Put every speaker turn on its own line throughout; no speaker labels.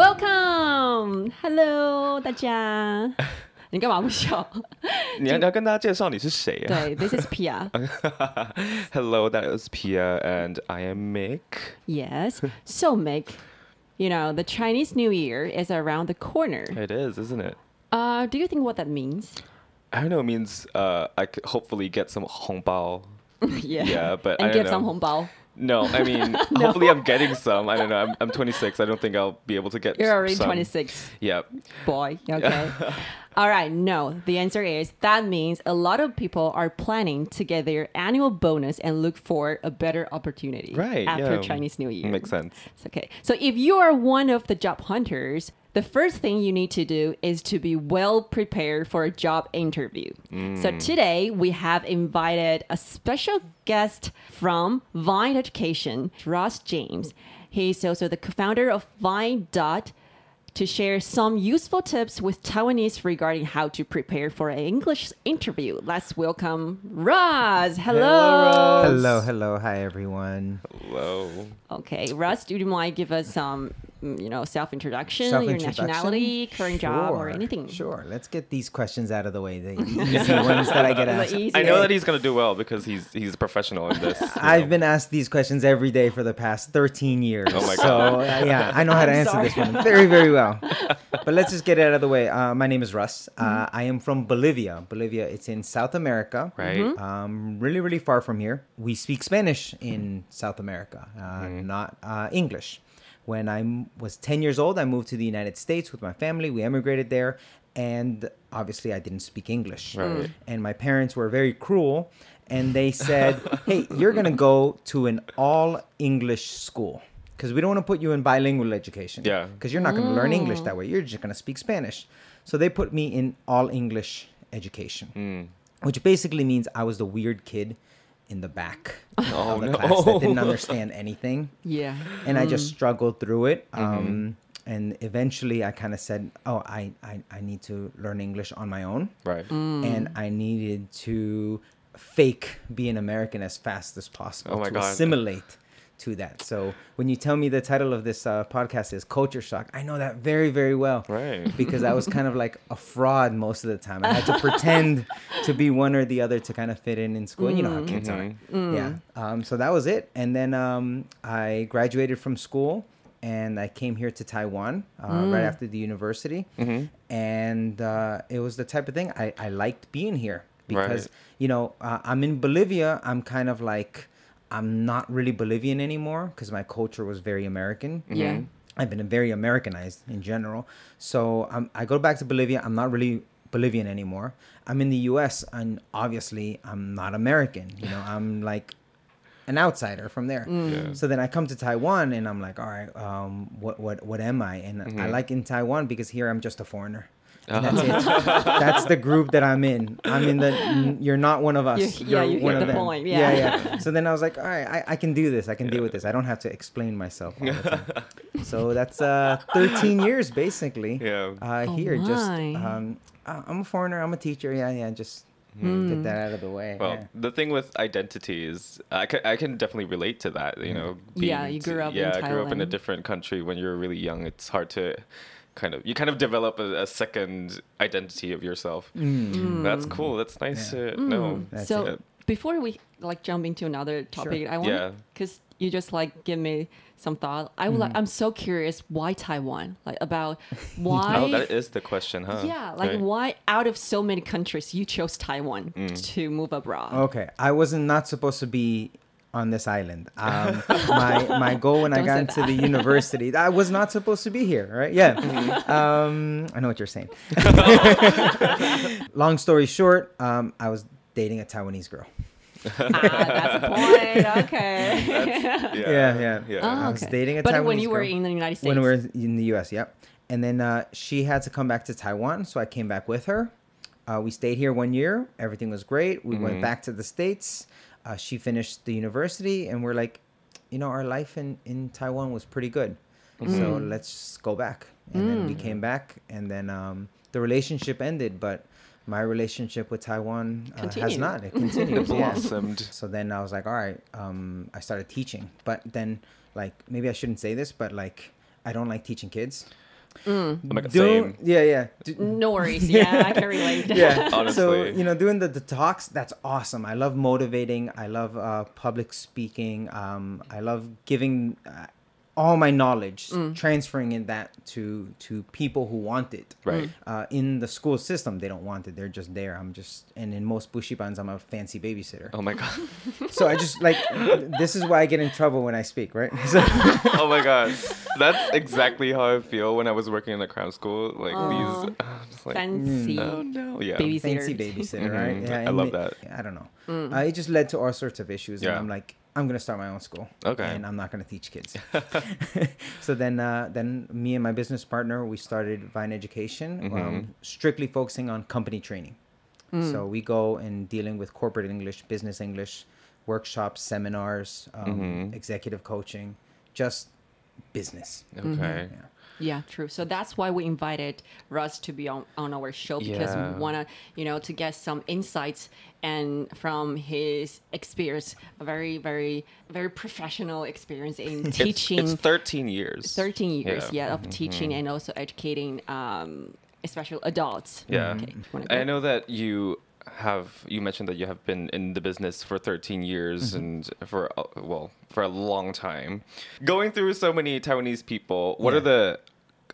Welcome, Hello，大 家，你干嘛不笑？
你要你要跟大家介绍你是谁呀、
对，This is Pia.
Hello, that is Pia, and I am Mick.
Yes. So, Mick, you know the Chinese New Year is around the corner.
It is, isn't it?
Uh, do you think what that means?
I don't know. It means uh, I could hopefully get some hongbao.
yeah.
Yeah, but
and
I don't
give
know.
some hongbao.
No, I mean, hopefully I'm getting some. I don't know. I'm, I'm 26. I don't think I'll be able to get.
You're already
some.
26,
Yeah.
boy. Okay. All right. No, the answer is that means a lot of people are planning to get their annual bonus and look for a better opportunity
Right.
after
yeah.
Chinese New Year.
Makes sense.
It's okay. So if you are one of the job hunters, the first thing you need to do is to be well prepared for a job interview. So today we have invited a special guest from Vine Education, Ross James. He's also the co-founder of Vine Dot to share some useful tips with Taiwanese regarding how to prepare for an English interview. Let's welcome Ross. Hello.
Ross.
Hello, hello, hi everyone.
Hello.
Okay, Russ, do you mind give us some, mm, you know, self introduction, your
Self-introduction?
nationality, current job, or
Sure,
anything?
Sure. Let's get these questions out of the way. The easy ones that I get
The
asked.
easy-
I know that he's gonna do well because he's he's a professional in this. you know.
I've been asked these questions every day for the past 13 years.
Oh my
So uh, yeah, I know how to
I'm
answer
sorry.
this one very, very well. But let's just get it out of the way. Uh, my name is Russ. Uh,
Mm-hmm.
I am from Bolivia. Bolivia, it's in South America.
Right.
Mm-hmm.
Um, really, really far from here. We speak Spanish in South America, uh,
Mm-hmm.
not uh, English. When I m- was 10 years old, I moved to the United States with my family. We emigrated there, and obviously, I didn't speak English.
Right.
And my parents were very cruel, and they said, Hey, you're going to go to an all English school because we don't want to put you in bilingual education.
Yeah.
Because you're not going to learn English that way. You're just going to speak Spanish. So they put me in all English education
Mm.
which basically means I was the weird kid in the back
Oh,
of the
no.
class that didn't understand anything,
Yeah.
and I just struggled through it.
Mm-hmm.
Um, And eventually, I kind of said, "Oh, I, I I need to learn English on my own,"
Right.
and I needed to fake be an American as fast as possible
Oh my
to
God.
assimilate to that. So when you tell me the title of this uh, podcast is Culture Shock, I know that very very well
Right.
because I was kind of like a fraud most of the time. I had to pretend to be one or the other to kind of fit in in school. You know how kids are. Yeah. Um, so that was it. And then um, I graduated from school and I came here to Taiwan uh, right after the university. And uh, it was the type of thing I, I liked being here because,
Right.
you know, uh, I'm in Bolivia. I'm kind of like, I'm not really Bolivian anymore because my culture was very American.
Yeah.
I've been very Americanized in general. So um, I go back to Bolivia. I'm not really Bolivian anymore. I'm in the U.S. and obviously I'm not American. You know, I'm like an outsider from there.
Mm.
Yeah.
So then I come to Taiwan and I'm like, all right, um, what what what am I? And I
Mm-hmm.
like in Taiwan because here I'm just a foreigner. And that's
Uh-huh.
it. that's the group that I'm in. I'm in the n- you're not one of us.
You- yeah, you hit
one
the
of them.
point,
yeah,
yeah.
yeah. So then I was like, all right, I, I can do this. I can deal with this. I don't have to explain myself. All the time. so that's uh, 13 years basically.
Yeah.
Uh,
Oh
here, just
my.
um, I- I'm a foreigner. I'm a teacher. Yeah, yeah. Just get that out of the way.
Well,
yeah.
the thing with identity is, I can, I can definitely relate to that. You know,
Mm. Yeah, you grew up in
yeah, I grew up in a
Thailand.
different country when you're really young. It's hard to kind of you kind of develop a, a second identity of yourself.
Mm.
That's cool. That's nice
Yeah.
to know.
That's
so
it.
before we like jump into another topic, I
Yeah.
want because you just like give me some thought. I would
Mm-hmm.
like. I'm so curious why Taiwan? Like about why?
oh, that is the question, huh?
yeah, like
Right.
why out of so many countries you chose Taiwan
Mm.
to move abroad?
Okay, I wasn't not supposed to be on this island. Um, my my goal when I
Don't
got
say
into the university, I was not supposed to be here. Right? Yeah.
Mm-hmm.
Um, I know what you're saying. Long story short, um, I was dating a Taiwanese girl.
Ah, that's a point. Okay.
Yeah, yeah.
yeah.
Ah,
I was dating a
but when
Taiwanese
you were
girl.
in the United States,
when we were in the U.S. Yep. And then uh, she had to come back to Taiwan, so I came back with her. Uh, we stayed here one year. Everything was great. We went back to the states. Uh, she finished the university, and we're like, you know, our life in in Taiwan was pretty good. So let's just go back. And then
Mm.
we came back, and then um, the relationship ended, but. My relationship with Taiwan uh, has
Continued.
not. It continues. yeah.
Blossomed.
So then I was like, all right, um, I started teaching. But then, like, maybe I shouldn't say this, but like, I don't like teaching kids.
I'm like,
Doing-
same.
Yeah, yeah. Do-
No worries. Yeah, I can relate.
yeah. So
Honestly.
you know, doing the, the talks, that's awesome. I love motivating. I love uh, public speaking. Um, I love giving uh, all my knowledge,
Mm.
transferring in that to to people who want it.
Right. Mm.
Uh, in the school system, they don't want it. They're just there. I'm just, and in most bushibans, I'm a fancy babysitter.
Oh my god.
So I just like, this is why I get in trouble when I speak, right? So,
oh my god. That's exactly how I feel when I was working in the cram school. Like
Aw.
these. I'm just like,
Fancy.
oh no. Yeah.
Babies.
fancy
Babysitter.
babysitter, right?
Mhm. I
and
love
it-
that.
I don't know. Uh, it just led to all sorts of issues, and
Yeah.
I'm like, I'm gonna start my own school.
Okay.
And I'm not gonna teach kids. so then, uh, then me and my business partner, we started Vine Education,
Mm-hmm.
um, strictly focusing on company training. So we go and dealing with corporate English, business English, workshops, seminars, um,
Mm-hmm.
executive coaching, just business.
Okay.
Mm-hmm.
Yeah.
Yeah, true. So that's why we invited Russ to be on, on our show because
Yeah.
we want to, you know, to get some insights and from his experience, a very, very, very professional experience in
It's-
teaching.
It's, 13 years.
13 years yeah,
Yeah. Mm-hmm.
of teaching and also educating um, especially adults
Yeah.
okay. you wanna
I
go?
know that you have you mentioned that you have been in the business for 13 years and for a- well for a long time going through so many taiwanese people what
Yeah.
are the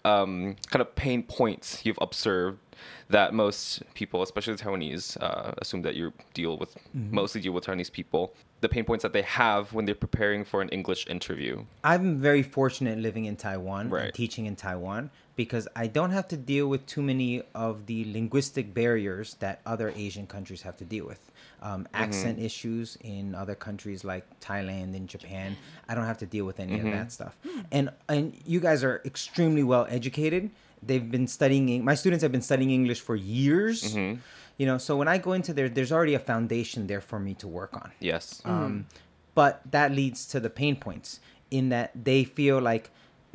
um, kind of pain points you've observed that most people especially the taiwanese uh, assume that you deal with mostly deal with taiwanese people the pain points that they have when they're preparing for an english interview
I'm very fortunate living in Taiwan and
Right.
teaching in Taiwan because I don't have to deal with too many of the linguistic barriers that other Asian countries have to deal with. Um, accent issues in other countries like Thailand and Japan, I don't have to deal with any of that stuff. And and you guys are extremely well educated. They've been studying. My students have been studying English for years. You know, so when I go into there, there's already a foundation there for me to work on
yes
um, but that leads to the pain points in that they feel like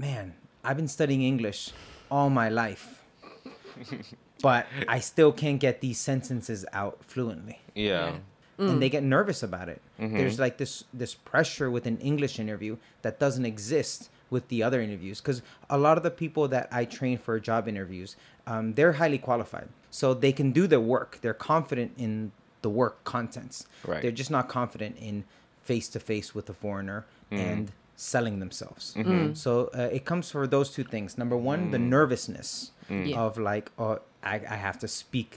man i've been studying english all my life but i still can't get these sentences out fluently
yeah,
yeah.
and they get nervous about it
Mm-hmm.
there's like this this pressure with an english interview that doesn't exist with the other interviews because a lot of the people that i train for job interviews um, they're highly qualified so they can do their work they're confident in the work contents
Right.
they're just not confident in face to face with a foreigner
Mm-hmm.
and selling themselves so uh, it comes for those two things number one
Mm.
the nervousness
Yeah.
of like oh I, I have to speak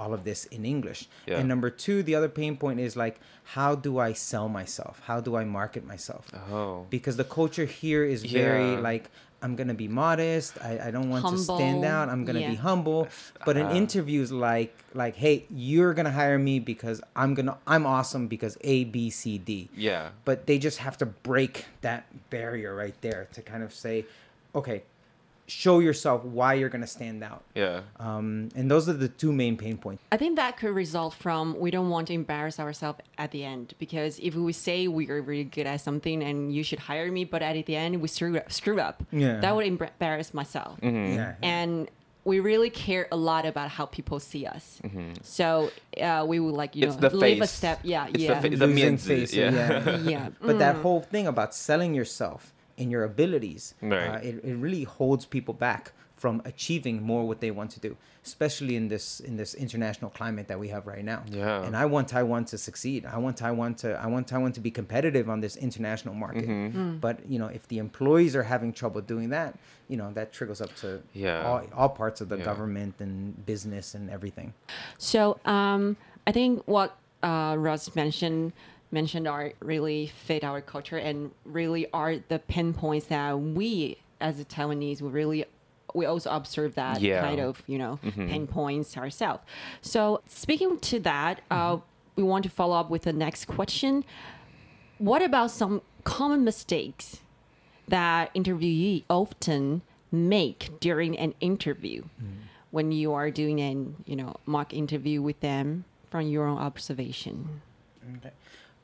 all of this in english
Yeah.
and number two the other pain point is like how do i sell myself how do i market myself
oh
because the culture here is very
Yeah.
like i'm gonna be modest i, I don't want to stand
Humble,
out i'm gonna be
yeah.
humble but in interviews like like hey you're gonna hire me because i'm gonna i'm awesome because a b c d
yeah
but they just have to break that barrier right there to kind of say okay show yourself why you're gonna stand out
yeah
um, and those are the two main pain points
i think that could result from we don't want to embarrass ourselves at the end because if we say we are really good at something and you should hire me but at the end we screw, screw up
Yeah.
that would embar- embarrass myself
Mm-hmm. Hmm.
yeah
and we really care a lot about how people see us so uh, we would like you
Mm-hmm. it's
know
the
leave
face
a step yeah
it's
yeah
the, fa- the
Losing
means,
face,
yeah. Mm.
yeah.
yeah
But that whole thing about selling yourself and your abilities,
Right.
uh, it, it really holds people back from achieving more what they want to do, especially in this in this international climate that we have right now.
Yeah.
And I want Taiwan to succeed. I want Taiwan to I want Taiwan to be competitive on this international market.
Mm-hmm.
But you know, if the employees are having trouble doing that, you know, that trickles up to
Yeah.
all, all parts of the
Yeah.
government and business and everything.
So um, I think what uh, Russ mentioned mentioned are really fit our culture and really are the pinpoints that we as a Taiwanese we really we also observe that
Yeah.
kind of you know pinpoints ourselves. So speaking to that, uh, we want to follow up with the next question. What about some common mistakes that interviewee often make during an interview when you are doing an you know mock interview with them from your own observation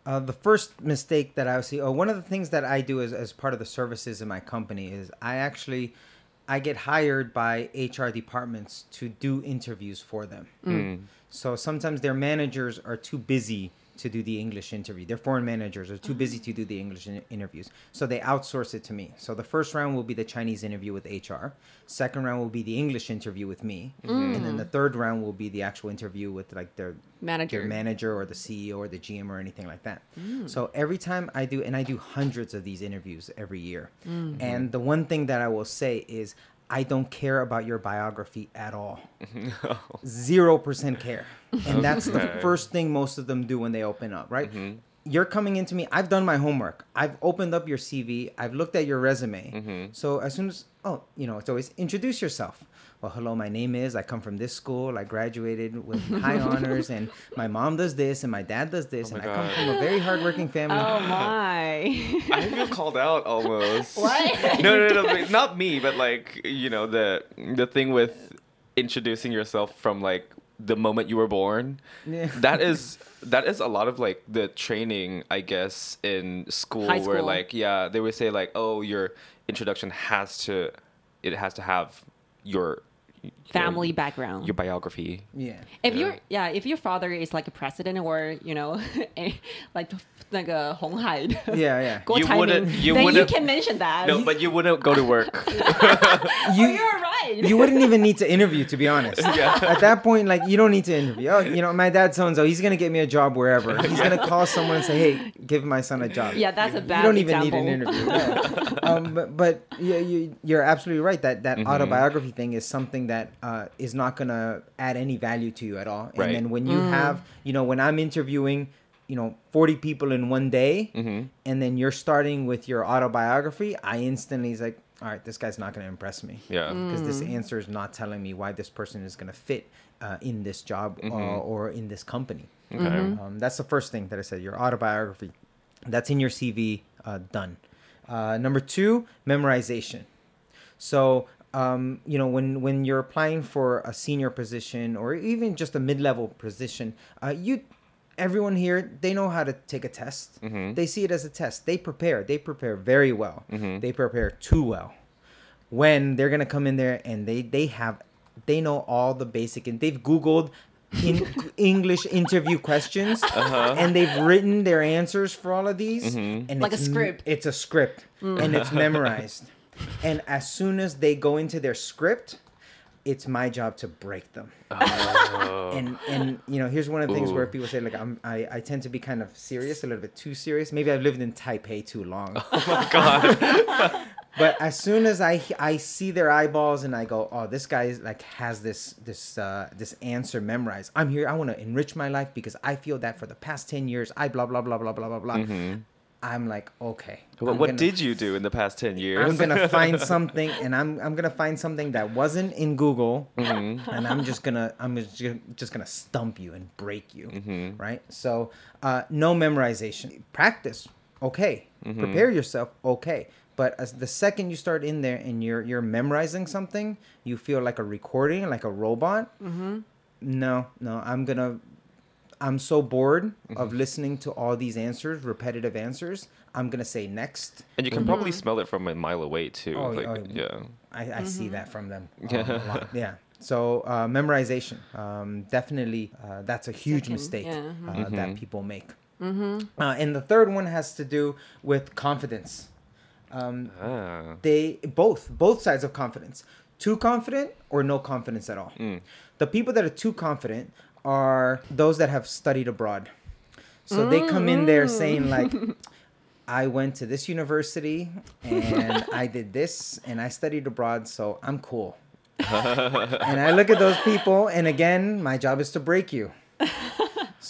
Uh, the first mistake that I see, oh, one of the things that I do as, as part of the services in my company is I actually, I get hired by HR departments to do interviews for them. So sometimes their managers are too busy to do the English interview. Their foreign managers are too busy to do the English in- interviews. So they outsource it to me. So the first round will be the Chinese interview with HR. Second round will be the English interview with me. And then the third round will be the actual interview with like their
Manager.
their manager or the CEO or the GM or anything like that. So every time I do and I do hundreds of these interviews every year. And the one thing that I will say is I don't care about your biography at all zero percent care, and that's the
Okay. Mm-hmm.
first thing most of them do when they open up, right? You're coming into me. I've done my homework. I've opened up your CV. I've looked at your resume.
Mm-hmm.
So as soon as oh, you know, it's always introduce yourself. Well, hello, my name is. I come from this school. I graduated with high honors, and my mom does this, and my dad does this,
Oh
and
my
I come
God.
from a very hardworking family.
Oh my.
I feel called out almost.
What?
No, no, no, no, not me, but like you know the the thing with introducing yourself from like the moment you were born.
Yeah.
That is that is a lot of like the training, I guess, in school,
High
where
school.
like yeah, they would say like oh your introduction has to it has to have your you know,
Family background.
your biography.
Yeah.
If
Yeah.
your yeah, if your father is like a president or you know, eh, like 那个红海
Yeah, yeah.
You wouldn't- you
then you
wouldn't-
can mention that.
No, but you wouldn't go to work.
you,
You-
are right.
you wouldn't even need to interview to be honest at that point like you don't need to interview oh you know my dad's so and so he's gonna get me a job wherever he's gonna call someone and say hey give my son a job
yeah, that's a bad
you don't even
example.
need an interview yeah. um, but, but yeah, you, you're absolutely right that that autobiography thing is something that uh, is not gonna add any value to you at all and
Right.
then when
Mm.
you have you know when i'm interviewing you know 40 people in one day and then you're starting with your autobiography i instantly is like all right this guy's not gonna impress me
Yeah.
because this answer is not telling me why this person is going to fit uh, in this job uh, or in this company.
Mm-hmm. Okay.
Um, that's the first thing that I said. Your autobiography, that's in your CV, uh, done. Uh, number two, memorization. So um, you know when when you're applying for a senior position or even just a mid-level position, uh, you everyone here they know how to take a test.
Mm-hmm.
They see it as a test. They prepare. They prepare very well.
Mm-hmm.
They prepare too well. When they're gonna come in there and they they have they know all the basic and they've googled. In English interview questions, and they've written their answers for all of these, and
Like
it's
a
m-
script. Mm.
It's a script, and it's memorized. and as soon as they go into their script, it's my job to break them. And and you know, here's one of the things where
Ooh.
people say like I'm I, I tend to be kind of serious, a little bit too serious. Maybe I've lived in Taipei too long.
Oh
but as soon as I I see their eyeballs and I go, oh, this guy is, like has this this uh, this answer memorized. I'm here. I want to enrich my life because I feel that for the past ten years, I blah blah blah blah blah blah blah. I'm like, okay.
Mm-hmm. But
I'm
what
gonna-
did you do in the past ten years?
I'm gonna find something, and I'm I'm gonna find something that wasn't in Google, and I'm just gonna I'm just gonna- just gonna stump you and break you, right? So uh, no memorization, practice, okay. Prepare yourself, okay. But as the second you start in there and you're you're memorizing something, you feel like a recording, like a robot. No, no, I'm gonna I'm so bored of listening to all these answers, repetitive answers. I'm gonna say next.
And you can probably smell it from a mile away too.
Mm-hmm. Oh,
like,
oh,
yeah.
I, I see
Mm-hmm.
that from them. um, a lot. Yeah. So uh, memorization, um, definitely, uh, that's a huge
Second,
mistake
yeah. mm-hmm.
uh, that people make. Uh, and the third one has to do with confidence. Um,
Ah.
they both both sides of confidence too confident or no confidence at all the people that are too confident are those that have studied abroad so they come in there saying like i went to this university and i did this and i studied abroad so i'm cool and i look at those people and again my job is to break you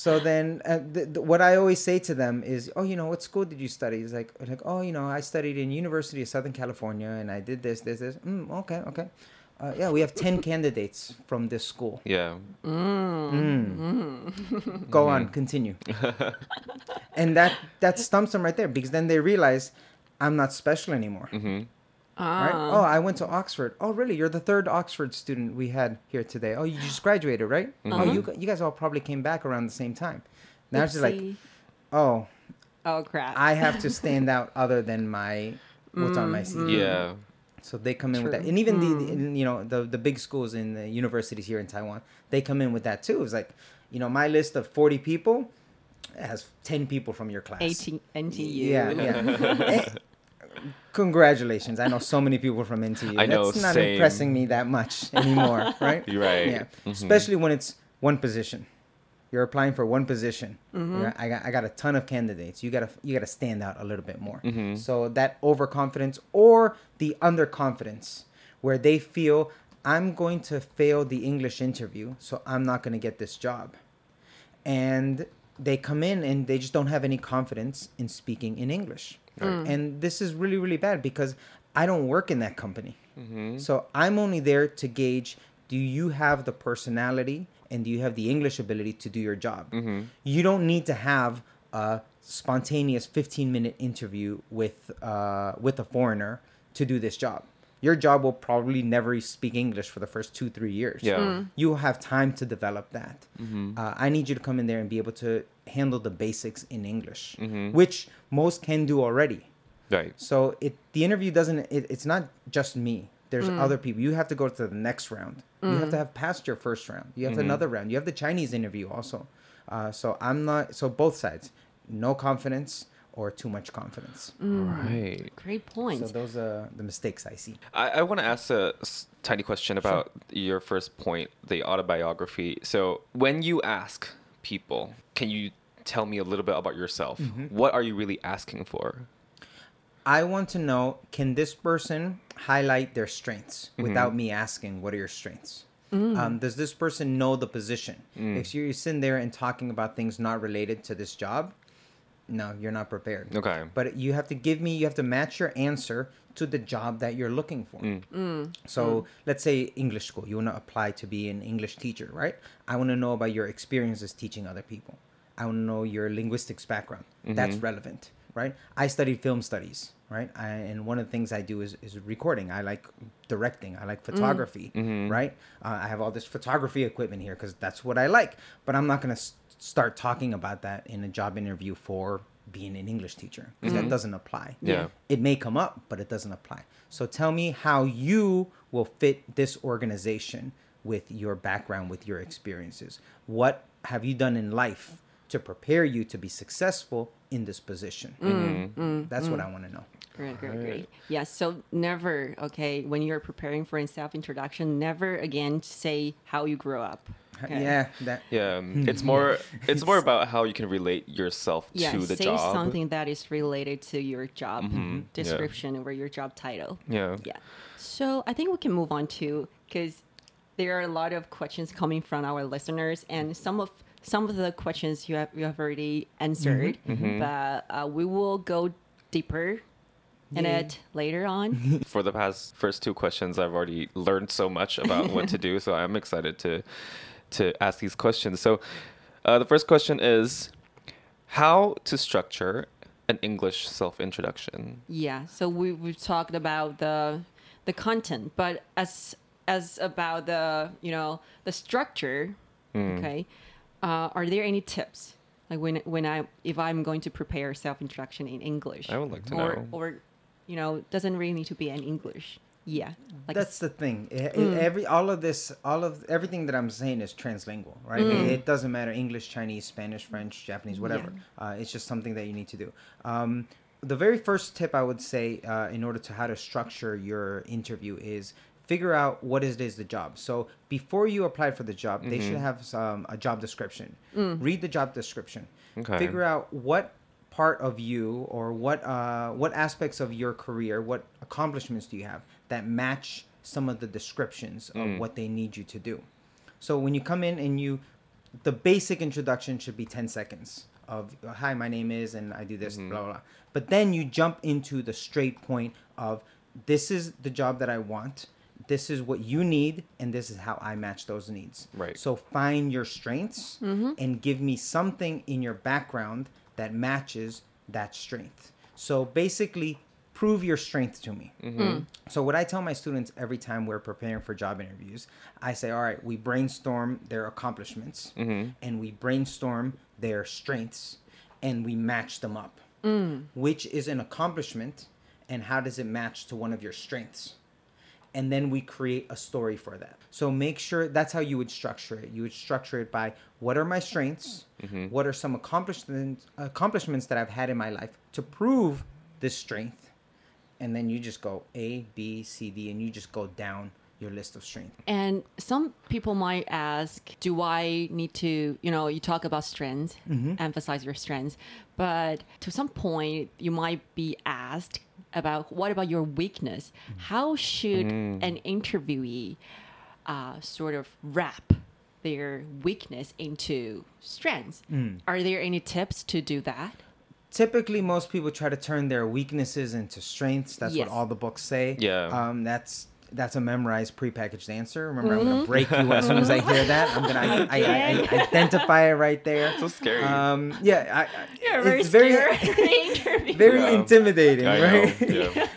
so then, uh, th- th- what I always say to them is, "Oh, you know, what school did you study?" It's like, like, "Oh, you know, I studied in University of Southern California, and I did this, this, this." Mm, okay, okay. Uh, yeah, we have ten candidates from this school. Mm.
Yeah.
Go on, continue. and that that stumps them right there because then they realize I'm not special anymore.
mm-hmm,
Right?
Uh.
Oh, I went to Oxford. Oh, really? You're the third Oxford student we had here today. Oh, you just graduated, right? Oh, you gu- you guys all probably came back around the same time. Now it's just like,
Oopsie.
oh,
oh crap.
I have to stand out other than my what's on my CV.
Yeah.
So they come in with
True.
that, and even the, the in, you know the the big schools and the universities here in Taiwan, they come in with that too. It's like, you know, my list of forty people, has 10 people from your class.
18 NTU.
Yeah, yeah. Eh, Congratulations. I know so many people from NTU.
I know,
That's not
same.
impressing me that much anymore, right?
You're right.
Yeah. Especially when it's one position. You're applying for one position. You're- I, got, I got a ton of candidates. You gotta you gotta stand out a little bit more. So that overconfidence or the underconfidence, where they feel I'm going to fail the English interview, so I'm not gonna get this job and they come in and they just don't have any confidence in speaking in English. And this is really, really bad because I don't work in that company. So I'm only there to gauge do you have the personality and do you have the English ability to do your job? You don't need to have a spontaneous 15 minute interview with, uh, with a foreigner to do this job. Your job will probably never speak English for the first two, three years
Yeah. Mm.
you have time to develop that. Uh, I need you to come in there and be able to handle the basics in English, which most can do already.
Right.
So it the interview doesn't. It, it's not just me. There's other people. You have to go to the next round. You have to have passed your first round. You have another round. You have the Chinese interview also. Uh, so I'm not. So both sides, no confidence or too much confidence.
Right.
Great
So
point.
those are the mistakes I see.
I, I want to ask a s- tiny question about your first point, the autobiography. So, when you ask people, can you tell me a little bit about yourself?
Mm-hmm.
What are you really asking for?
I want to know can this person highlight their strengths without me asking what are your strengths? Um, does this person know the position? If you're sitting there and talking about things not related to this job, no, you're not prepared.
Okay.
But you have to give me, you have to match your answer to the job that you're looking for. So let's say English school, you want to apply to be an English teacher, right? I want to know about your experiences teaching other people. I want to know your linguistics background. That's relevant, right? I studied film studies, right? I, and one of the things I do is, is recording. I like directing. I like photography, right? Uh, I have all this photography equipment here because that's what I like. But I'm not going to s- start talking about that in a job interview for being an English teacher because that doesn't apply.
Yeah.
It may come up, but it doesn't apply. So tell me how you will fit this organization with your background, with your experiences. What have you done in life to prepare you to be successful in this position? That's what I want to know.
Great, great, great. Yeah, so never, okay, when you're preparing for a self introduction, never again say how you grew up. okay?
Yeah, that
Yeah,
Hmm.
um, it's more it's more about how you can relate yourself
Yeah,
to the
say
job. Mm-hmm,
something that is related to your job description or your job title.
Yeah.
Yeah. So I think we can move on to because there are a lot of questions coming from our listeners, and some of some of the questions you have you have already answered,
Mm-hmm,
but uh, we will go deeper in
Yay.
it later on.
For the past first two questions, I've already learned so much about what to do, so I'm excited to to ask these questions. So, uh, the first question is how to structure an English self-introduction.
yeah. So we we talked about the the content, but as as about the you know the structure.
Hmm.
Okay. Uh, are there any tips? Like when when I if I'm going to prepare self introduction in English,
I would like to
or,
know.
or you know doesn't really need to be in english yeah like
that's the thing. I- I- Every all of this, all of everything that I'm saying is translingual, right? It, it doesn't matter English, Chinese, Spanish, French, Japanese, whatever. Uh, it's just something that you need to do. Um, the very first tip I would say uh, in order to how to structure your interview is figure out what it is the job. So before you apply for the job, they should have some, a job description. Read the job description.
Okay.
Figure out what part of you or what uh, what aspects of your career, what accomplishments do you have that match some of the descriptions of what they need you to do. So when you come in and you, the basic introduction should be ten seconds of hi, my name is and I do this blah blah. blah. But then you jump into the straight point of this is the job that I want. This is what you need, and this is how I match those needs.
Right.
So find your strengths and give me something in your background that matches that strength. So basically, prove your strength to me. So what I tell my students every time we're preparing for job interviews, I say, all right, we brainstorm their accomplishments and we brainstorm their strengths and we match them up. Which is an accomplishment and how does it match to one of your strengths? and then we create a story for that. So make sure that's how you would structure it. You would structure it by what are my strengths, what are some accomplishments accomplishments that I've had in my life to prove this strength, and then you just go A B C D, and you just go down your list of strength.
And some people might ask, do I need to, you know, you talk about strengths,
Mm-hmm.
emphasize your strengths, but to some point you might be asked about what about your weakness?
Mm-hmm.
How should an interviewee uh, sort of wrap their weakness into strengths?
Mm.
Are there any tips to do that?
typically most people try to turn their weaknesses into strengths. That's
Yes.
what all the books say.
Yeah.
Um, that's that's a memorized prepackaged answer. Remember, I'm gonna break you as soon as I hear that. I'm gonna I, I, I, identify it right there.
So scary.
Um, yeah, I, I, it's
interview.
very
Yeah.
intimidating,
I
right?
know. Yeah.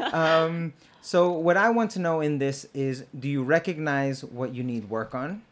um, so what I want to know in this is, do you recognize what you need work on,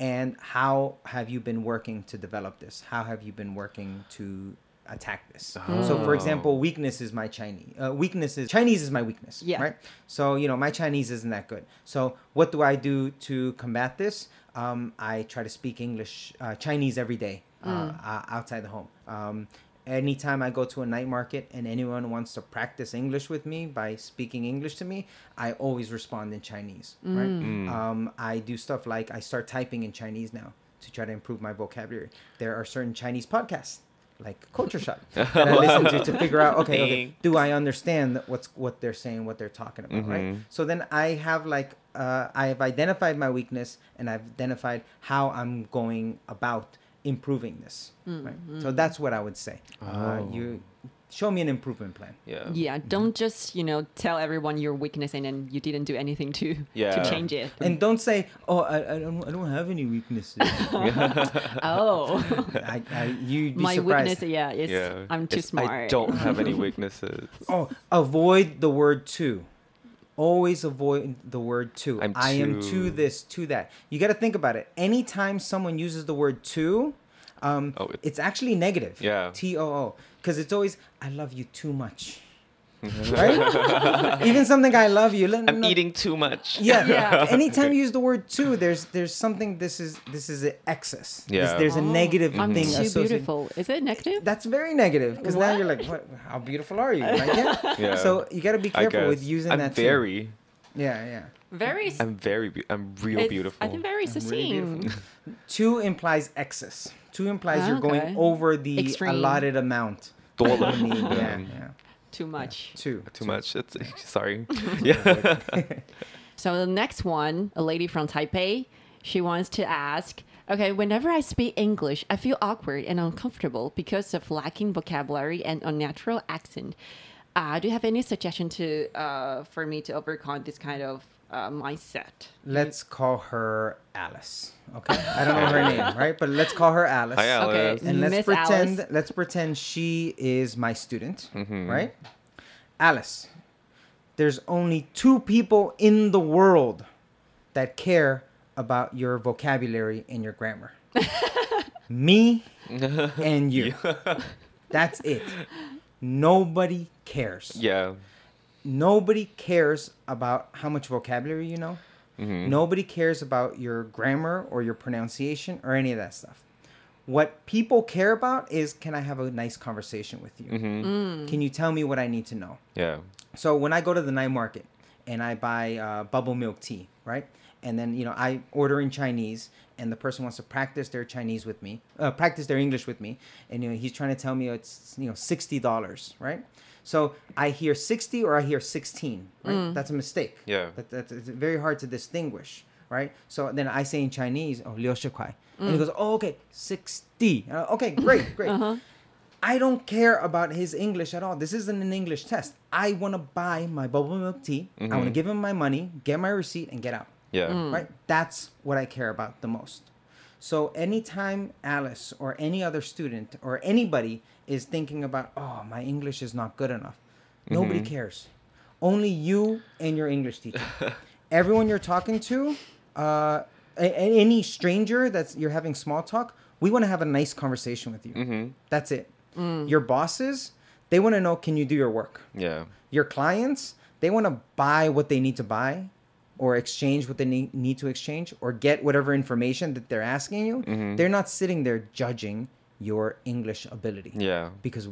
and how have you been working to develop this? How have you been working to attack this? So,
Oh.
for example, weakness is my Chinese. Uh, weakness is Chinese is my weakness.
Yeah.
Right. So you know my Chinese isn't that good. So what do I do to combat this? Um, I try to speak English, uh, Chinese every day uh, uh, outside the home. Um, anytime I go to a night market and anyone wants to practice English with me by speaking English to me, I always respond in Chinese. Right. Um, I do stuff like I start typing in Chinese now to try to improve my vocabulary. There are certain Chinese podcasts like Culture Shock that I listen to to figure out okay, okay do I understand that what's what they're saying, what they're talking about, right? So then I have like uh, I have identified my weakness and I've identified how I'm going about improving this.
Mm-hmm.
Right? So that's what I would say. Uh, you show me an improvement plan.
yeah.
Yeah, don't just you know tell everyone your weakness and then you didn't do anything to
Yeah.
to change it.
And don't say, "Oh, I, I don't, I don't have any weaknesses."
oh,
I, I, you'd be
my
surprised.
weakness, yeah, is
Yeah.
I'm too
It's-
smart.
I don't have any weaknesses.
Oh, avoid the word to. Always avoid the word to.
I'm
I am to
too-
this, to that. You got to think about it. Anytime someone uses the word to, um,
Oh, it-
it's actually negative.
Yeah.
T O O. Because it's always, I love you too much. right? Even something I love you. let-
I'm
no-
eating too much.
Yeah.
Yeah.
Anytime you use the word to, there's there's something this is this is an excess. This-
Yeah.
There's a negative
Oh, I'm
thing
too
associated.
beautiful. Is it negative?
That's very negative because now
What?
you're like, what? How beautiful are you? Like, yeah.
Yeah.
So you got to be
I
careful with
guess.
using
I'm
that. too.
very.
Yeah, yeah.
very.
I'm very. Be- I'm real
it's-
beautiful.
I think very succinct.
beautiful. Two implies excess. Two implies you're
Ah, Okay.
going over the
Extreme.
allotted amount.
Dollar.
You need. Yeah,
Um,
yeah.
too much.
Two.
Too much. It's sorry. yeah.
So the next one, a lady from Taipei, she wants to ask, okay, whenever I speak English, I feel awkward and uncomfortable because of lacking vocabulary and unnatural accent. Uh, do you have any suggestion to uh, for me to overcome this kind of uh, mindset?
Let's call her Alice. Okay. I don't know her name, right? But let's call her Alice.
Hi, Alice.
Okay,
And let's
Miss
pretend
Alice.
let's pretend she is my student,
Mm-hmm.
right? Alice. There's only two people in the world that care about your vocabulary and your grammar. Me and you. That's it. Nobody cares.
Yeah.
Nobody cares about how much vocabulary you know. Nobody cares about your grammar or your pronunciation or any of that stuff. What people care about is can I have a nice conversation with you? Can you tell me what I need to know?
Yeah.
So when I go to the night market and I buy uh, bubble milk tea, right? And then you know I order in Chinese, and the person wants to practice their Chinese with me, uh, practice their English with me, and you know he's trying to tell me it's you know sixty dollars, right? So I hear sixty or I hear sixteen, right? That's a mistake.
Yeah.
That, that's it's very hard to distinguish, right? So then I say in Chinese, oh, liu shi kuai. And he goes, oh, okay, 60. And I- okay, great, great. I don't care about his English at all. This isn't an English test. I want to buy my bubble milk tea. I want to give him my money, get my receipt, and get out.
Yeah.
Mm.
Right? That's what I care about the most. So anytime Alice or any other student or anybody is thinking about, oh, my English is not good enough, nobody cares. Only you and your English teacher. Everyone you're talking to, uh, a- a- any stranger that's you're having small talk, we want to have a nice conversation with you. That's it. Your bosses, they want to know, can you do your work?
Yeah.
your clients they want to buy what they need to buy or exchange what they need, need to exchange or get whatever information that they're asking you, they're not sitting there judging your English ability.
Yeah.
Because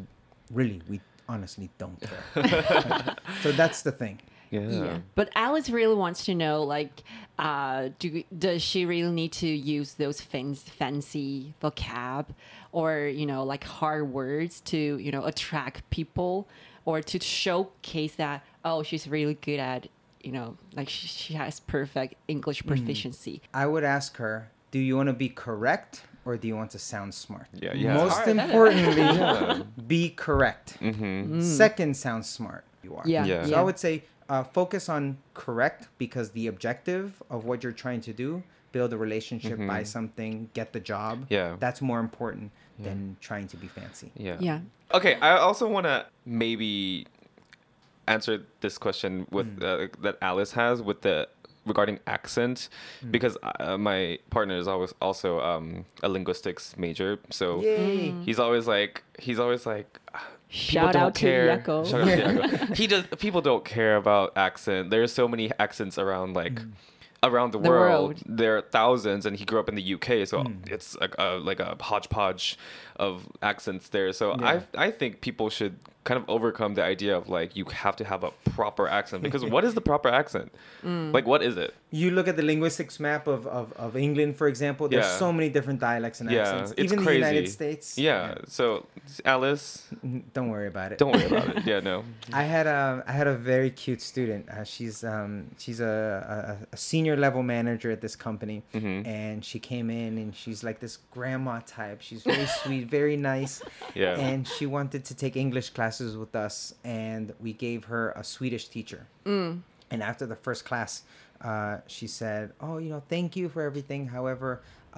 really, we honestly don't care. so that's the thing.
Yeah.
Yeah. But Alice really wants to know, like, uh, do does she really need to use those fin- fancy vocab or you know like hard words to you know attract people or to showcase that oh she's really good at you know like she, she has perfect
Mm.
English proficiency.
I would ask her, do you want to be correct or do you want to sound smart?
Yeah, yeah.
Most
Hard.
importantly, be correct. Second, sound smart. You are.
Mm. Yeah,
Mm-hmm. Yeah.
yeah.
So I would say uh, focus on correct because the objective of what you're trying to do, build a relationship, buy something, get the job.
Mm-hmm. Yeah.
That's more important than trying to be fancy.
Yeah.
yeah.
Okay, I also want to maybe answer this question with uh, that Alice has with the regarding accent because uh, my partner is always also um, a linguistics major, so
Yay.
he's always like he's always like "Ah, people
Shout
don't
out to
care."
Yeko.
Shout out to Yeko. he does people don't care about accent. There's so many accents around like
Mm.
around the,
The
world.
world.
There are thousands and he grew up in the UK, so
Mm.
it's like a like a hodgepodge of accents there. So I I think people should kind of overcome the idea of like you have to have a proper accent because what is the proper accent?
Mm.
Like what is it?
You look at the linguistics map of, of, of England, for example, there's
Yeah.
so many different dialects and
Yeah,
accents.
it's
Even
crazy.
the United States.
Yeah. So Alice,
yeah. Don't worry about it.
don't worry about it. Yeah, no.
I had a I had a very cute student. Uh, she's um she's a, a, a senior level manager at this company, and she came in and she's like this grandma type. She's very sweet, very nice,
Yeah.
and she wanted to take English classes with us, and we gave her a Swedish teacher. And after the first class, uh, she said, "Oh, you know, thank you for everything. However,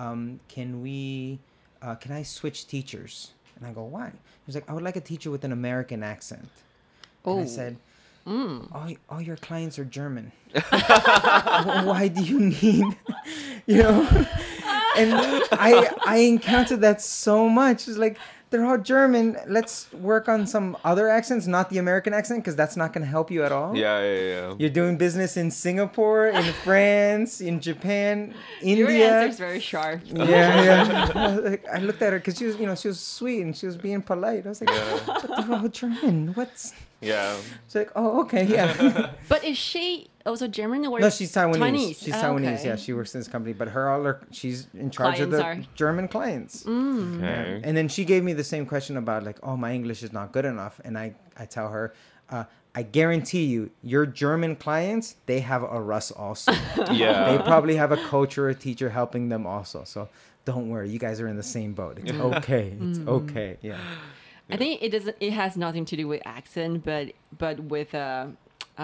um, can we? Uh, can I switch teachers?" And I go, "Why?" She's like, "I would like a teacher with an American accent." And I
Oh. Mm.
said, all, all your clients are German. W- Why do you need, you know? And I I encountered that so much. It's like they're all German. Let's work on some other accents, not the American accent, because that's not going to help you at all.
Yeah, yeah, yeah.
You're doing business in Singapore, in France, in Japan,
Your
India.
answer is very sharp.
Yeah, yeah. I, was like, I looked at her because she was, you know, she was sweet and she was being polite. I was like, but they're all German. What's?
Yeah.
She's like, oh, okay, yeah.
But is she also German or
no, she's Taiwanese.
Chinese?
She's
Oh,
Taiwanese.
okay.
Yeah, she works in this company, but her all her she's in charge of the
Clients are- Mm.
German clients.
Okay.
And then she gave me the same question about like, oh, my English is not good enough, and I I tell her. Uh, I guarantee you, your German clients, they have a Russ also. they
Yeah.
probably have a coach or a teacher helping them also. So don't worry, you guys are in the same boat. It's okay. It's
Mm.
okay. Yeah.
I think it doesn't. It has nothing to do with accent, but but with uh,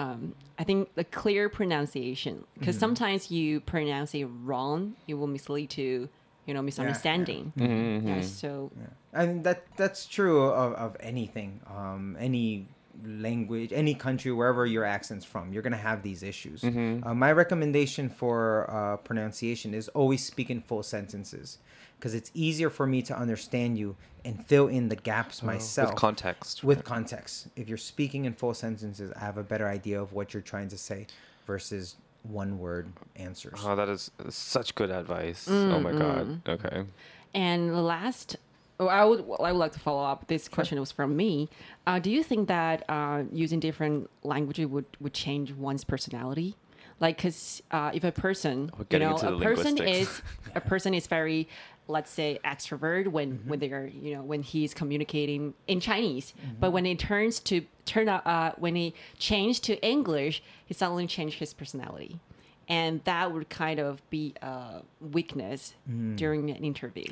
um, I think the clear pronunciation.
Mm-hmm.
Because sometimes you pronounce it wrong, it will mislead to you know misunderstanding.
Mm-hmm,
Yeah, so
and that that's true of, of anything um, any language any country wherever your accent's from you're gonna have these issues uh, my recommendation for uh, pronunciation is always speak in full sentences because it's easier for me to understand you and fill in the gaps myself
With context.
with context if you're speaking in full sentences i have a better idea of what you're trying to say versus one word answers
Oh, that is such good advice. oh my god. Okay.
and last. Oh, I would I would like to follow up. This question was from me. Uh, do you think that uh, using different languages would, would change one's personality? Like, cause uh, if a person,
We're
you
getting
know,
into
a
the
person
linguistics.
is a person is very let's say extrovert when when they're you know when he's communicating in chinese but when it turns to turn out uh, when he changed to english he suddenly changed his personality and that would kind of be a weakness during an interview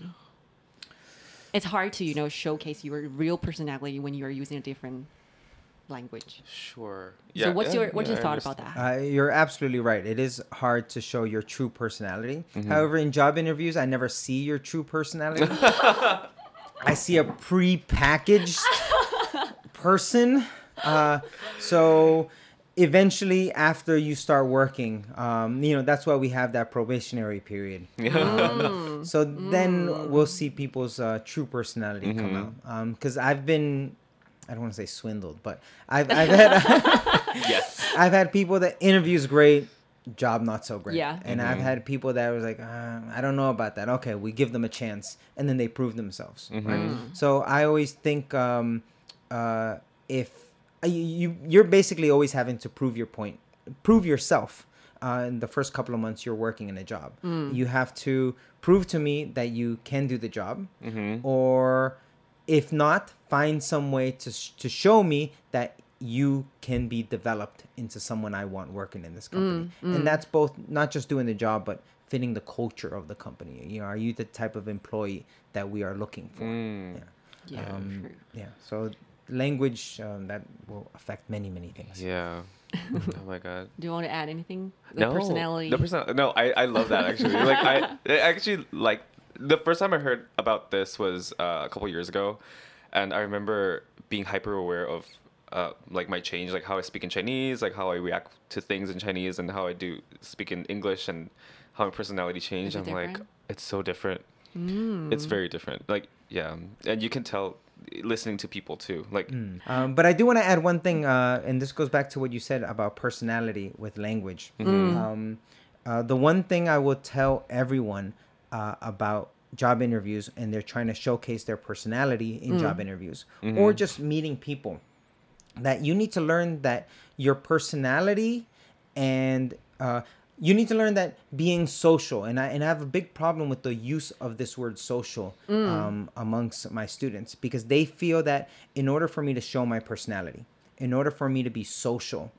it's hard to you know showcase your real personality when you're using a different language
Sure.
so what's your what's your thought about that
Uh, you're absolutely right. It is hard to show your true personality. However, in job interviews, I never see your true personality. I see a pre-packaged person. Uh, so eventually, after you start working, um, you know that's why we have that probationary period. Mm. So then we'll see people's uh, true personality come out. Because I've been, I don't want to say swindled, but I've, I've had.
yes.
I've had people that interviews great, job not so great.
Yeah.
And I've had people that was like, uh, I don't know about that. Okay, we give them a chance, and then they prove themselves. Right. So I always think um, uh, if uh, you- you you're basically always having to prove your point, prove yourself. Uh, in the first couple of months you're working in a job you have to prove to me that you can do the job or if not find some way to, sh- to show me that you can be developed into someone i want working in this company and that's both not just doing the job but fitting the culture of the company you know are you the type of employee that we are looking for yeah
Yeah,
um,
true.
yeah so language um, that will affect many many things
Yeah. oh my god.
Do you want to add anything? The personality.
The person. No, I, I love that actually. like I, I actually like the first time I heard about this was uh, a couple years ago, and I remember being hyper aware of uh, like my change, like how I speak in Chinese, like how I react to things in Chinese, and how I do speak in English, and how my personality changed. I'm
it
like,
different? Mm.
it's so different. It's very different. Like yeah, and you can tell listening to people too. Like
Um, but I do want to add one thing, uh, and this goes back to what you said about personality with language. Um, uh, the one thing I will tell everyone uh, about job interviews, and they're trying to showcase their personality in job interviews or just meeting people, that you need to learn that your personality and uh, you need to learn that being social and I and I have a big problem with the use of this word social um, amongst my students because they feel that in order for me to show my personality, in order for me to be social,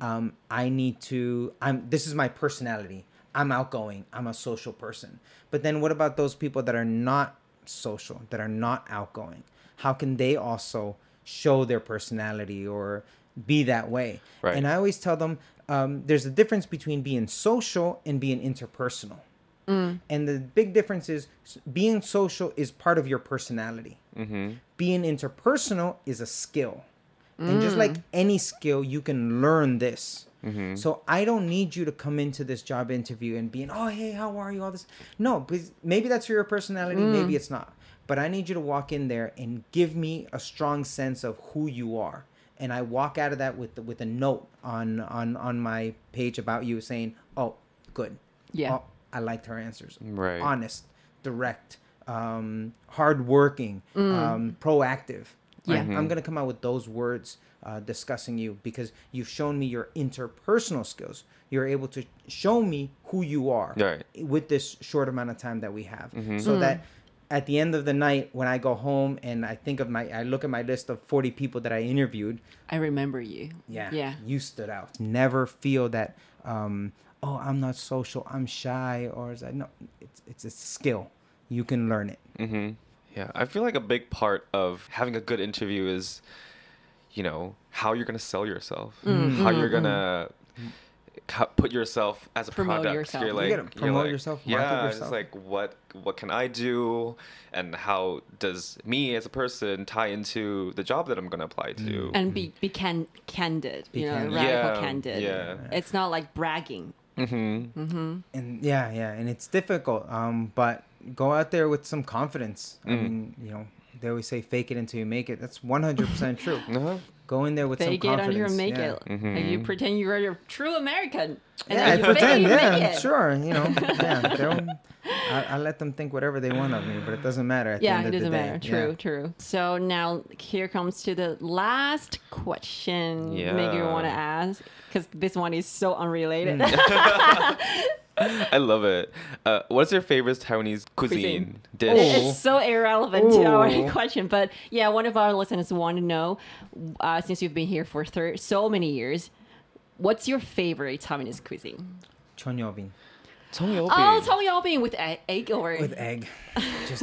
um, I need to. I'm. This is my personality. I'm outgoing. I'm a social person. But then what about those people that are not social, that are not outgoing? How can they also show their personality or be that way?
Right.
And I always tell them um, there's a difference between being social and being interpersonal. And the big difference is s- being social is part of your personality. Being interpersonal is a skill. And just like any skill, you can learn this. So I don't need you to come into this job interview and being, oh, hey, how are you? All this. No, because maybe that's your personality, maybe it's not. But I need you to walk in there and give me a strong sense of who you are. And I walk out of that with with a note on on on my page about you saying, oh, good.
Yeah.
Oh, I liked her answers.
Right.
Honest, direct, um, hardworking, um, proactive.
Yeah.
I'm- I'm gonna come out with those words uh, discussing you because you've shown me your interpersonal skills. You're able to show me who you are
Right. Mm-hmm.
with this short amount of time that we have, so that at the end of the night when I go home and I think of my, I look at my list of 40 people that I interviewed.
I remember you.
Yeah.
Yeah.
You stood out. Never feel that. Um, oh, I'm not social. I'm shy. Or is that no? It's it's a skill. You can learn it.
Yeah, I feel like a big part of having a good interview is, you know, how you're gonna sell yourself,
Mm-hmm.
how you're
Mm-hmm.
gonna co- put yourself as a
Promote
product.
yourself.
You're
You
like,
gotta
you're
promote
like,
yourself, market
Yeah,
yourself.
it's like what what can I do, and how does me as a person tie into the job that I'm gonna apply to?
Mm.
And be be can, candid,
Be
you know,
candid.
radical
Yeah,
candid.
yeah.
It's not like bragging.
And yeah, yeah, and it's difficult. Um, but go out there with some confidence. I mean, you know, they always say fake it until you make it. That's 100 percent true.
Uh-huh.
Go in there with
Fake
some
it
confidence.
until you make
yeah.
it.
Mm-hmm.
And you pretend you're a true American. And
Yeah, I
then you
pretend.
fake it, you
Yeah,
make it.
sure. You know, yeah. they'll- I, I let them think whatever they want of me, but it doesn't matter at
Yeah,
the
it
end of
doesn't
the day.
matter.
Yeah.
True, true. So now here comes to the last question. Yeah. Maybe you
Yeah.
want to ask because this one is so unrelated.
Mm. I love it. Uh, what's your favorite Taiwanese cuisine,
Cuisine.
dish?
Oh.
it's so irrelevant to
Ooh.
our question. But yeah, one of our listeners want to know, uh, since you've been here for thir- so many years, what's your favorite Taiwanese cuisine?
Chonyobin
Oh, Tongyobin with e- egg or
with egg, just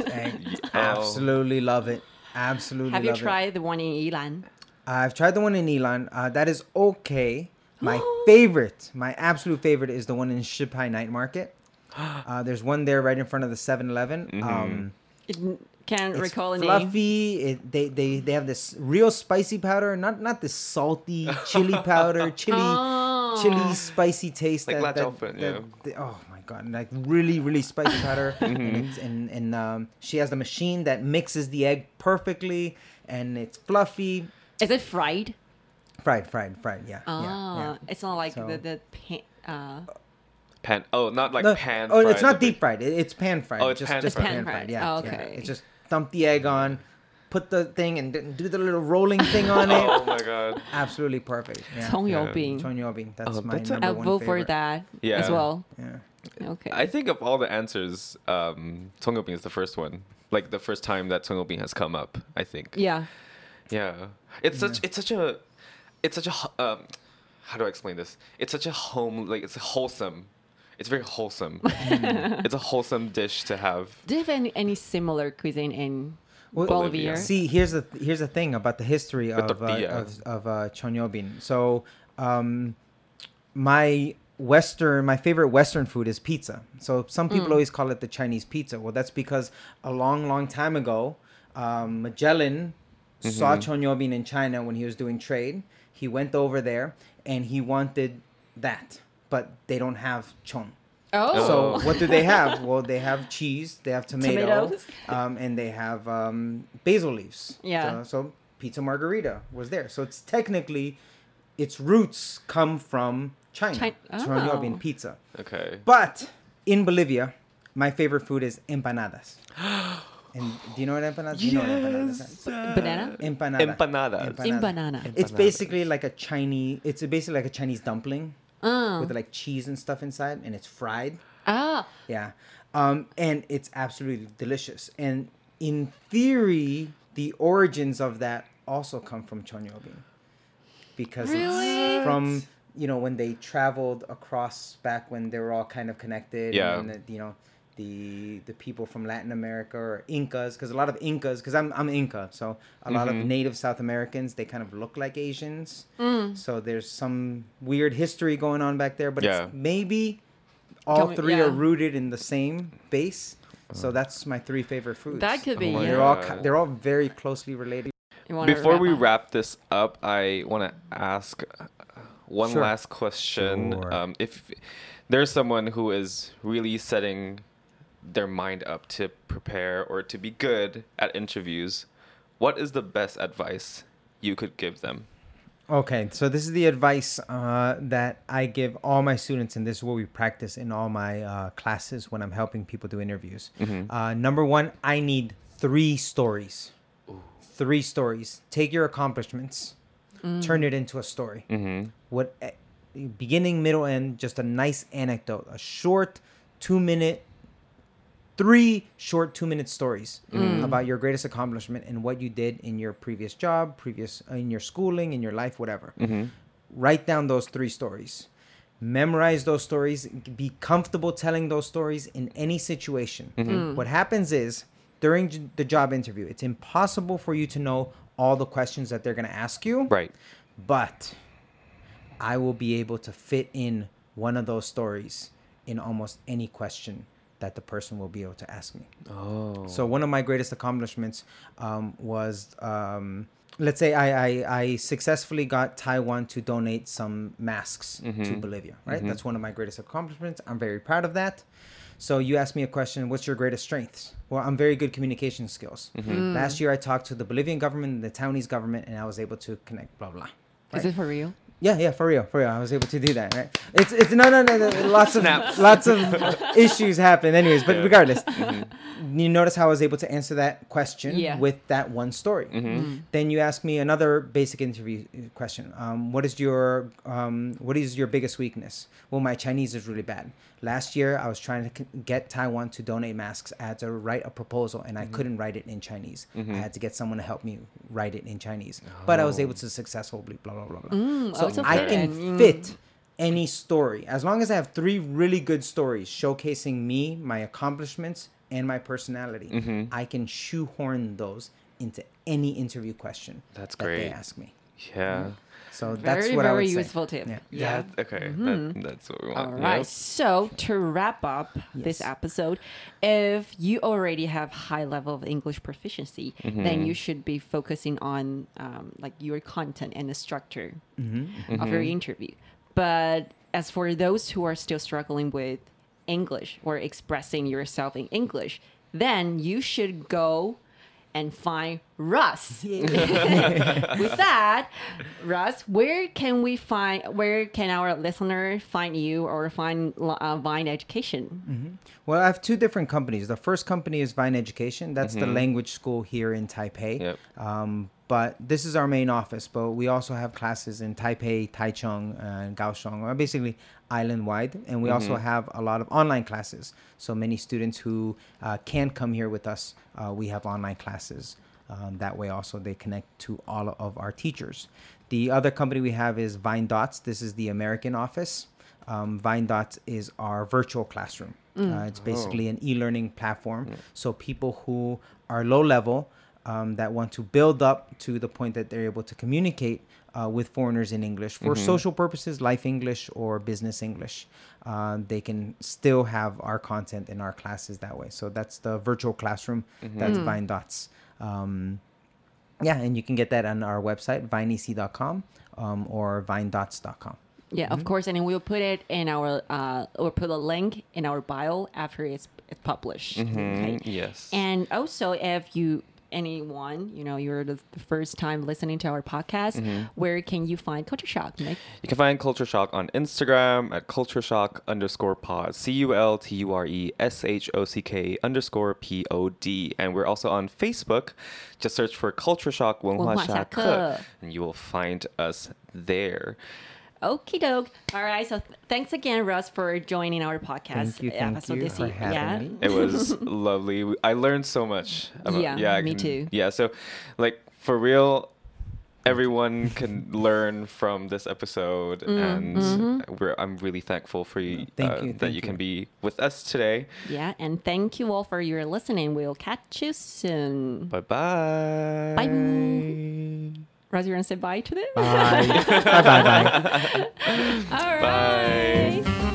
egg.
Oh.
Absolutely love it. Absolutely.
have you
love it.
tried the one in Ilan?
I've tried the one in Elon. Uh, that is okay. My favorite, my absolute favorite, is the one in Shipai Night Market. Uh, there's one there right in front of the 7
Mm-hmm.
Um,
It n- can't
it's
recall a name.
fluffy. It, they, they they have this real spicy powder, not not this salty chili powder, chili
Oh.
chili spicy taste.
Like
that,
Lad
that,
Dolphin,
that-
yeah. Mm-hmm.
that- oh my god, like really really spicy powder. and it's, and, and um, she has the machine that mixes the egg perfectly, and it's fluffy.
Is it fried?
Fried, fried, fried. Yeah.
Oh,
yeah, yeah.
it's not like
So-
the the pan, uh,
pan. Oh, not like pan.
oh, it's
fried,
not
but-
deep fried. It, it's pan fried.
Oh, it's
just,
pan
just
fried.
Pan
pan fried.
fried.
Yeah.
Oh,
yeah.
okay.
It's just dump the egg on, put the thing and d- do the little rolling thing on it.
Oh my god.
Absolutely perfect. Yeah.
Yeah.
Tongyoubing.
Tonyobi. That's
Oh,
my
that's a-
I'll
number one
vote for
favorite.
that
Yeah.
as well.
Yeah.
Okay.
I think of all the answers, um, Tongyobing is the first one. Like the first time that Tongyobing has come up, I think.
yeah.
Yeah. It's such. It's such a. It's such a. ho- Um, how do I explain this? It's such a home. Like it's wholesome. It's very wholesome. it's a wholesome dish to have.
Do you have any, any similar cuisine in
Well,
Bolivia?
See, here's the here's the thing about the history
The
of uh,
tortilla.
of, of uh, chonyobin. So, um, my western my favorite western food is pizza. So some
Mm.
people always call it the Chinese pizza. Well, that's because a long long time ago, um, Magellan
Mm-hmm.
saw chonyobin in China when he was doing trade. He went over there and he wanted that, but they don't have chon.
oh.
Oh.
So what do they have? Well, they have cheese, they have tomato,
Tomatoes.
um, and they have um, basil leaves.
Yeah.
So, so pizza margarita was there. So it's technically, its roots come from China,
Chi-
Chongyobin
Oh.
pizza.
Okay.
But in Bolivia, my favorite food is empanadas. and do you know what empanadas? You know what empanadas?
Yes. uh,
Banana?
are. Empanada.
Empanadas.
In banana.
It's
Empanada.
basically like a Chinese. It's basically like a Chinese dumpling
Oh.
with like cheese and stuff inside, and it's fried.
Ah.
Yeah. Um, and it's absolutely delicious. And in theory, the origins of that also come from Chonyobin. Because
Really?
it's from, you know, when they traveled across back when they were all kind of connected.
Yeah.
And then the, you know, the the people from Latin America or Incas, because a lot of Incas, because I'm, I'm Inca, so a lot
Mm-hmm.
of native South Americans, they kind of look like Asians.
Mm.
So there's some weird history going on back there, but
Yeah.
it's maybe all
Don't-
three
yeah.
are rooted in the same base. So that's my three favorite foods.
That could be.
Oh my
They're
yeah.
all
God.
ki- they're all very closely related.
You wanna
Before we
up?
wrap this up, I want to ask uh, one
Sure.
last question.
Sure.
Um, if there's someone who is really setting their mind up to prepare or to be good at interviews, what is the best advice you could give them?
Okay, so this is the advice uh, that I give all my students, and this is what we practice in all my uh, classes when I'm helping people do interviews. Uh, number one, I need three stories. Three stories. Take your accomplishments, turn it into a story. What eh, beginning, middle, end, just a nice anecdote, a short two minute three short two minute stories about your greatest accomplishment and what you did in your previous job, previous in your schooling, in your life, whatever. Write down those three stories. Memorize those stories. Be comfortable telling those stories in any situation. What happens is during j- the job interview, it's impossible for you to know all the questions that they're going to ask you
Right.
but I will be able to fit in one of those stories in almost any question that the person will be able to ask me.
Oh.
So one of my greatest accomplishments um, was, um, let's say, I, I I successfully got Taiwan to donate some masks to Bolivia. Right, that's one of my greatest accomplishments. I'm very proud of that. So you asked me a question. What's your greatest strengths? Well, I'm very good communication skills. Last year, I talked to the Bolivian government, and the Taiwanese government, and I was able to connect. Blah blah.
Is it for real?
Yeah, yeah, for real, for real. I was able to do that, right? It's it's no, no, no. no lots of
Snaps.
lots of issues happen, anyways.
Yeah.
But
Mm-hmm.
regardless, you notice how I was able to answer that question
Yeah.
with that one story.
Mm-hmm.
Mm-hmm.
Mm.
Then you ask me another basic interview question. Um, what is your um, what is your biggest weakness? Well, my Chinese is really bad. Last year, I was trying to c- get Taiwan to donate masks. I had to write a proposal, and I couldn't write it in Chinese. I had to get someone to help me write it in Chinese. But I was able to successfully blah blah blah blah. so
also
I
fit
can
in. Mm.
fit any story as long as I have three really good stories showcasing me, my accomplishments, and my personality.
Mm-hmm.
I can shoehorn those into any interview question
That's
that they
great.
ask me.
Yeah.
So that's
very,
what I
very
would say.
useful tip.
Yeah.
Yeah. okay. That, that's what we
Mm-hmm. All
want. Uh, Yes.
right. So to wrap up this episode, if you already have high level of English proficiency,
Mm-hmm.
then you should be focusing on um, like your content and the structure
Mm-hmm.
of your interview. But as for those who are still struggling with English or expressing yourself in English, then you should go and find Russ. With that, Russ, where can we find? Where can our listener find you or find uh, Vine Education?
Mm-hmm. Well, I have two different companies. The first company is Vine Education. That's the language school here in Taipei.
Mm-hmm. Yep.
Um, but this is our main office. But we also have classes in Taipei, Taichung, and Kaohsiung, or basically island wide. And we also have a lot of online classes. So many students who uh, can't come here with us, uh, we have online classes. Um, that way, also, they connect to all of our teachers. The other company we have is Vine Dots. This is the American office. Um, Vine Dots is our virtual classroom. Uh, it's basically an e learning platform. So, people who are low level um, that want to build up to the point that they're able to communicate uh, with foreigners in English for social purposes, life English or business English, uh, they can still have our content in our classes that way. So, that's the virtual classroom. That's Vine Dots. Um, yeah, and you can get that on our website, vinec.com um, or vinedots.com.
Yeah,
Mm-hmm.
of course, and then we'll put it in our uh, we'll put a link in our bio after it's, it's published.
Mm-hmm.
Okay?
Mm, Yes.
And also, if you anyone, you know, you're the the first time listening to our podcast,
Mm-hmm.
where can you find Culture Shock? Nick?
You can find Culture Shock on Instagram at Culture Shock underscore pod, C U L T U R E S H O C K underscore P O D. And we're also on Facebook. Just search for Culture Shock
文化侠客.
文化侠客, and you will find us there.
Okie doke. All right. So th- thanks again, Russ, for joining our podcast
Thank you, thank
episode
you
this
for
year.
having
yeah.
me.
It was lovely. We- I learned so much.
Yeah,
I
me
can-
too.
Yeah, so like for real, everyone can learn from this episode,
Mm,
and
mm-hmm.
we're, I'm really thankful for you, uh,
Thank you,
that
thank
you can
you.
be with us today.
Yeah. And thank you all for your listening. We'll catch you soon.
Bye bye.
Bye. Russ, you want to say bye to them?
Bye. bye bye bye.
All
Bye.
right.